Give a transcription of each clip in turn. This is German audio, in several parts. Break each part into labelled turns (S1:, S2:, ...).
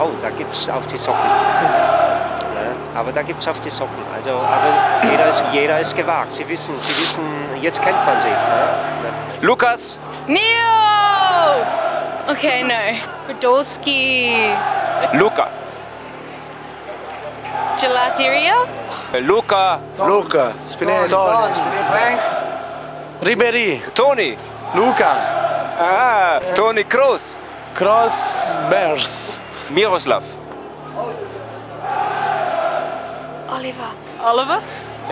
S1: oh, da gibt es auf die Socken. Ne? Aber da gibt es auf die Socken. Also, aber jeder ist, jeder ist gewagt. Sie wissen, sie wissen, jetzt kennt man sich. Ne?
S2: Lukas,
S3: Neo! Okay, no. Podolski.
S2: Luca,
S3: Gelateria?
S2: Luca,
S4: Luca, Spinelli, Toni, Ribery,
S2: Toni,
S4: Luca,
S2: ah, Toni Kroos,
S4: Cross, Bers.
S2: Miroslav,
S5: Oliver.
S6: Oliver?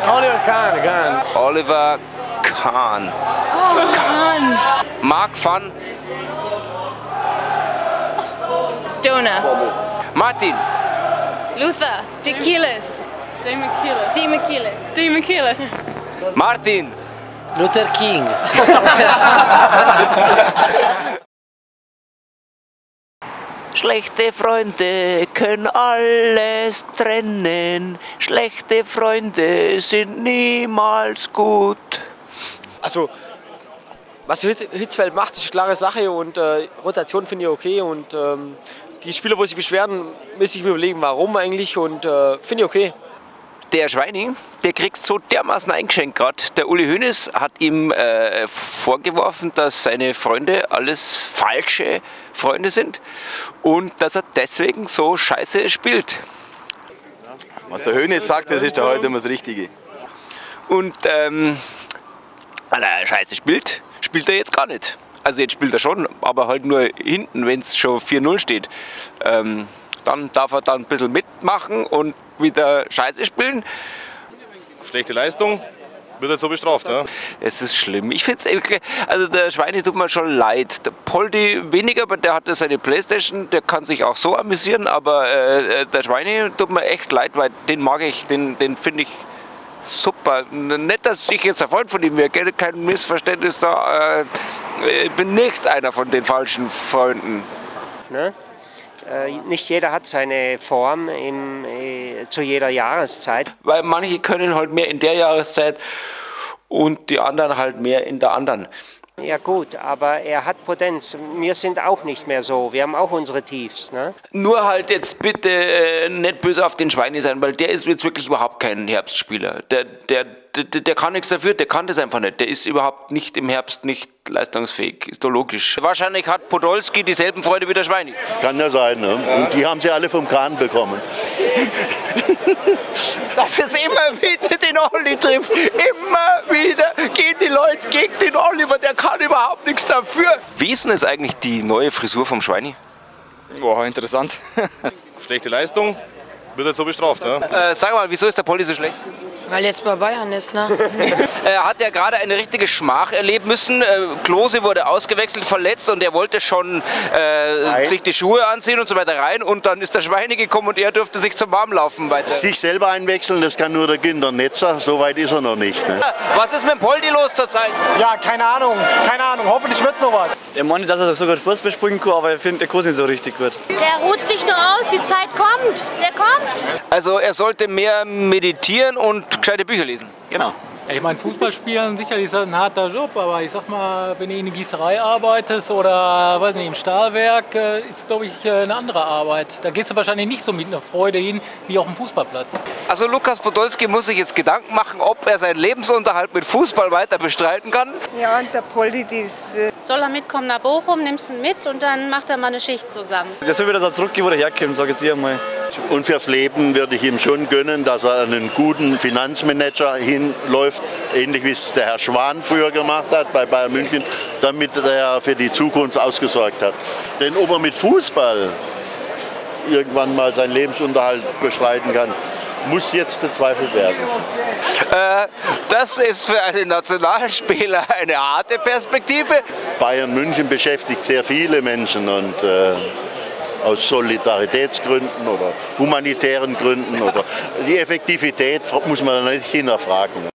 S4: Oliver Kahn, Kahn.
S2: Oliver Kahn, Mark van,
S3: Dona.
S2: Martin,
S3: Luther. Dekilis.
S6: Dean McKeeler.
S3: Demakilis.
S6: Dean McKeeler.
S2: Martin.
S7: Luther King. Schlechte Freunde können alles trennen. Schlechte Freunde sind niemals gut.
S8: Also, was Hit- Hitzfeld macht, ist eine klare Sache und äh, Rotation finde ich okay. Und ähm, die Spieler, wo sich beschweren, müssen sich überlegen, warum eigentlich und äh, finde ich okay.
S2: Der Schweining, der kriegt so dermaßen eingeschenkt gerade. Der Uli Hoeneß hat ihm äh, vorgeworfen, dass seine Freunde alles falsche Freunde sind und dass er deswegen so scheiße spielt.
S9: Was der Höhne sagt, das ist ja heute immer das Richtige.
S2: Und ähm, weil er scheiße spielt, spielt er jetzt gar nicht. Also jetzt spielt er schon, aber halt nur hinten, wenn es schon 4-0 steht. Ähm, dann darf er dann ein bisschen mitmachen und wieder scheiße spielen.
S9: Schlechte Leistung wird jetzt so bestraft. Ja?
S2: Es ist schlimm. Ich finde es also der Schweine tut mir schon leid. Der Poldi weniger, aber der hat ja seine Playstation, der kann sich auch so amüsieren, aber äh, äh, der Schweine tut mir echt leid, weil den mag ich, den, den finde ich super. N- Nicht, dass ich jetzt ein Freund von ihm wäre, gell? kein Missverständnis da. Äh, ich bin nicht einer von den falschen Freunden.
S1: Ne? Äh, nicht jeder hat seine Form im, äh, zu jeder Jahreszeit.
S2: Weil manche können halt mehr in der Jahreszeit und die anderen halt mehr in der anderen.
S1: Ja gut, aber er hat Potenz. Wir sind auch nicht mehr so. Wir haben auch unsere Tiefs. Ne?
S2: Nur halt jetzt bitte äh, nicht böse auf den Schweine sein, weil der ist jetzt wirklich überhaupt kein Herbstspieler. Der, der, der, der kann nichts dafür, der kann das einfach nicht. Der ist überhaupt nicht im Herbst nicht leistungsfähig. Ist doch logisch. Wahrscheinlich hat Podolski dieselben Freude wie der Schweine.
S9: Kann ja sein. Ne? Und die haben sie alle vom Kahn bekommen.
S2: Dass es immer wieder den Olli trifft. Immer wieder gehen die Leute gegen den Oliver, der kann überhaupt nichts dafür. Wie ist denn jetzt eigentlich die neue Frisur vom Schweini?
S10: Boah, interessant.
S9: Schlechte Leistung wird jetzt so bestraft. Ja?
S2: Äh, sag mal, wieso ist der Polly so schlecht?
S5: Weil jetzt bei Bayern ist, ne?
S2: äh, hat er gerade eine richtige Schmach erleben müssen. Äh, Klose wurde ausgewechselt, verletzt und er wollte schon äh, sich die Schuhe anziehen und so weiter rein. Und dann ist der Schweine gekommen und er durfte sich zum Warmlaufen weiter.
S9: Sich selber einwechseln, das kann nur der Günther Netzer. So weit ist er noch nicht. Ne?
S2: Was ist mit dem Poldi los zurzeit?
S4: Ja, keine Ahnung, keine Ahnung. Hoffentlich wird's noch was.
S8: Ich meine, dass er so gut Fußball spielen kann, aber ich finde, der Kurs nicht so richtig gut.
S5: Der ruht sich nur aus, die Zeit kommt. Der kommt.
S2: Also er sollte mehr meditieren und gescheite Bücher lesen.
S9: Genau.
S10: Ich meine, Fußball spielen sicherlich ist das ein harter Job, aber ich sag mal, wenn du in der Gießerei arbeitest oder weiß nicht, im Stahlwerk, äh, ist glaube ich äh, eine andere Arbeit. Da gehst du wahrscheinlich nicht so mit einer Freude hin wie auf dem Fußballplatz.
S2: Also Lukas Podolski muss sich jetzt Gedanken machen, ob er seinen Lebensunterhalt mit Fußball weiter bestreiten kann.
S11: Ja, und der Poldi, die ist äh,
S5: Soll er mitkommen nach Bochum, nimmst ihn mit und dann macht er mal eine Schicht zusammen.
S8: Der soll wieder da zurückgehen, wo er herkommt, sag jetzt ich einmal.
S9: Und fürs Leben würde ich ihm schon gönnen, dass er einen guten Finanzmanager hinläuft, ähnlich wie es der Herr Schwan früher gemacht hat bei Bayern München, damit er für die Zukunft ausgesorgt hat. Denn ob er mit Fußball irgendwann mal seinen Lebensunterhalt bestreiten kann, muss jetzt bezweifelt werden.
S2: Äh, das ist für einen Nationalspieler eine harte Perspektive.
S9: Bayern München beschäftigt sehr viele Menschen und äh, aus Solidaritätsgründen oder humanitären Gründen oder die Effektivität muss man nicht hinterfragen.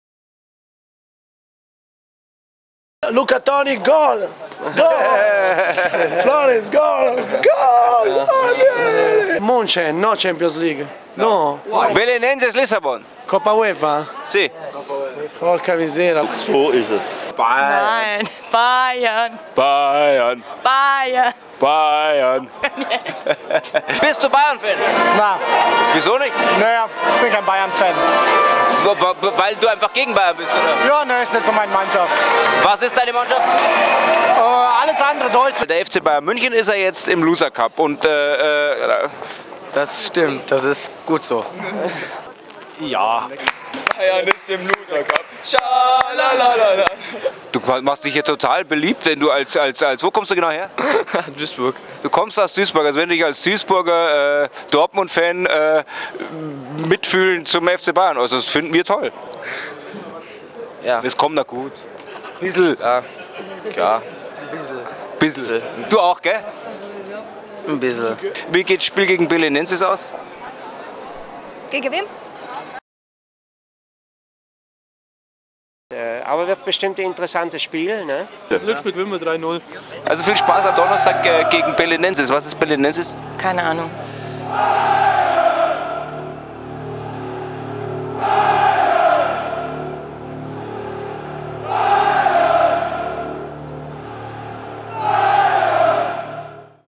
S4: Luca Toni, Goal! Goal! Flores, Goal! Goal! Yeah. Monce, no Champions League. No.
S2: Belenenses Lissabon.
S4: Coppa UEFA?
S2: Sie.
S4: Porca misera.
S9: So ist es.
S5: Nein, Bayern,
S2: Bayern,
S5: Bayern.
S2: Bayern. Bist du Bayern-Fan?
S6: Na.
S2: Wieso nicht?
S6: Naja, ich bin kein Bayern-Fan.
S2: W- w- Weil du einfach gegen Bayern bist, oder?
S6: Ja, ne, ist nicht so meine Mannschaft.
S2: Was ist deine Mannschaft?
S6: Äh, alles andere Deutsch.
S2: Der FC Bayern München ist ja jetzt im Loser Cup und äh, äh,
S12: Das stimmt, das ist gut so.
S2: ja.
S12: Bayern ist im Loser Cup. Schalalalala.
S2: Du machst dich hier total beliebt, wenn du als, als, als wo kommst du genau her?
S12: Duisburg.
S2: Du kommst aus Duisburg, also wenn du dich als Duisburger äh, Dortmund-Fan äh, mitfühlen zum FC Bayern, also das finden wir toll.
S12: Ja.
S2: Das kommt da gut. Bissel.
S12: Ja. Klar.
S2: Bissel. Du auch, gell?
S12: Ein bisschen.
S2: Wie geht das Spiel gegen Belenenses aus?
S13: Gegen wem?
S1: Äh, aber wird bestimmt ein interessantes Spiel. Ne?
S2: Glücksspiel
S1: gewinnen wir 3-0.
S2: Also viel Spaß am Donnerstag äh, gegen Belenenses. Was ist Belenenses?
S13: Keine Ahnung.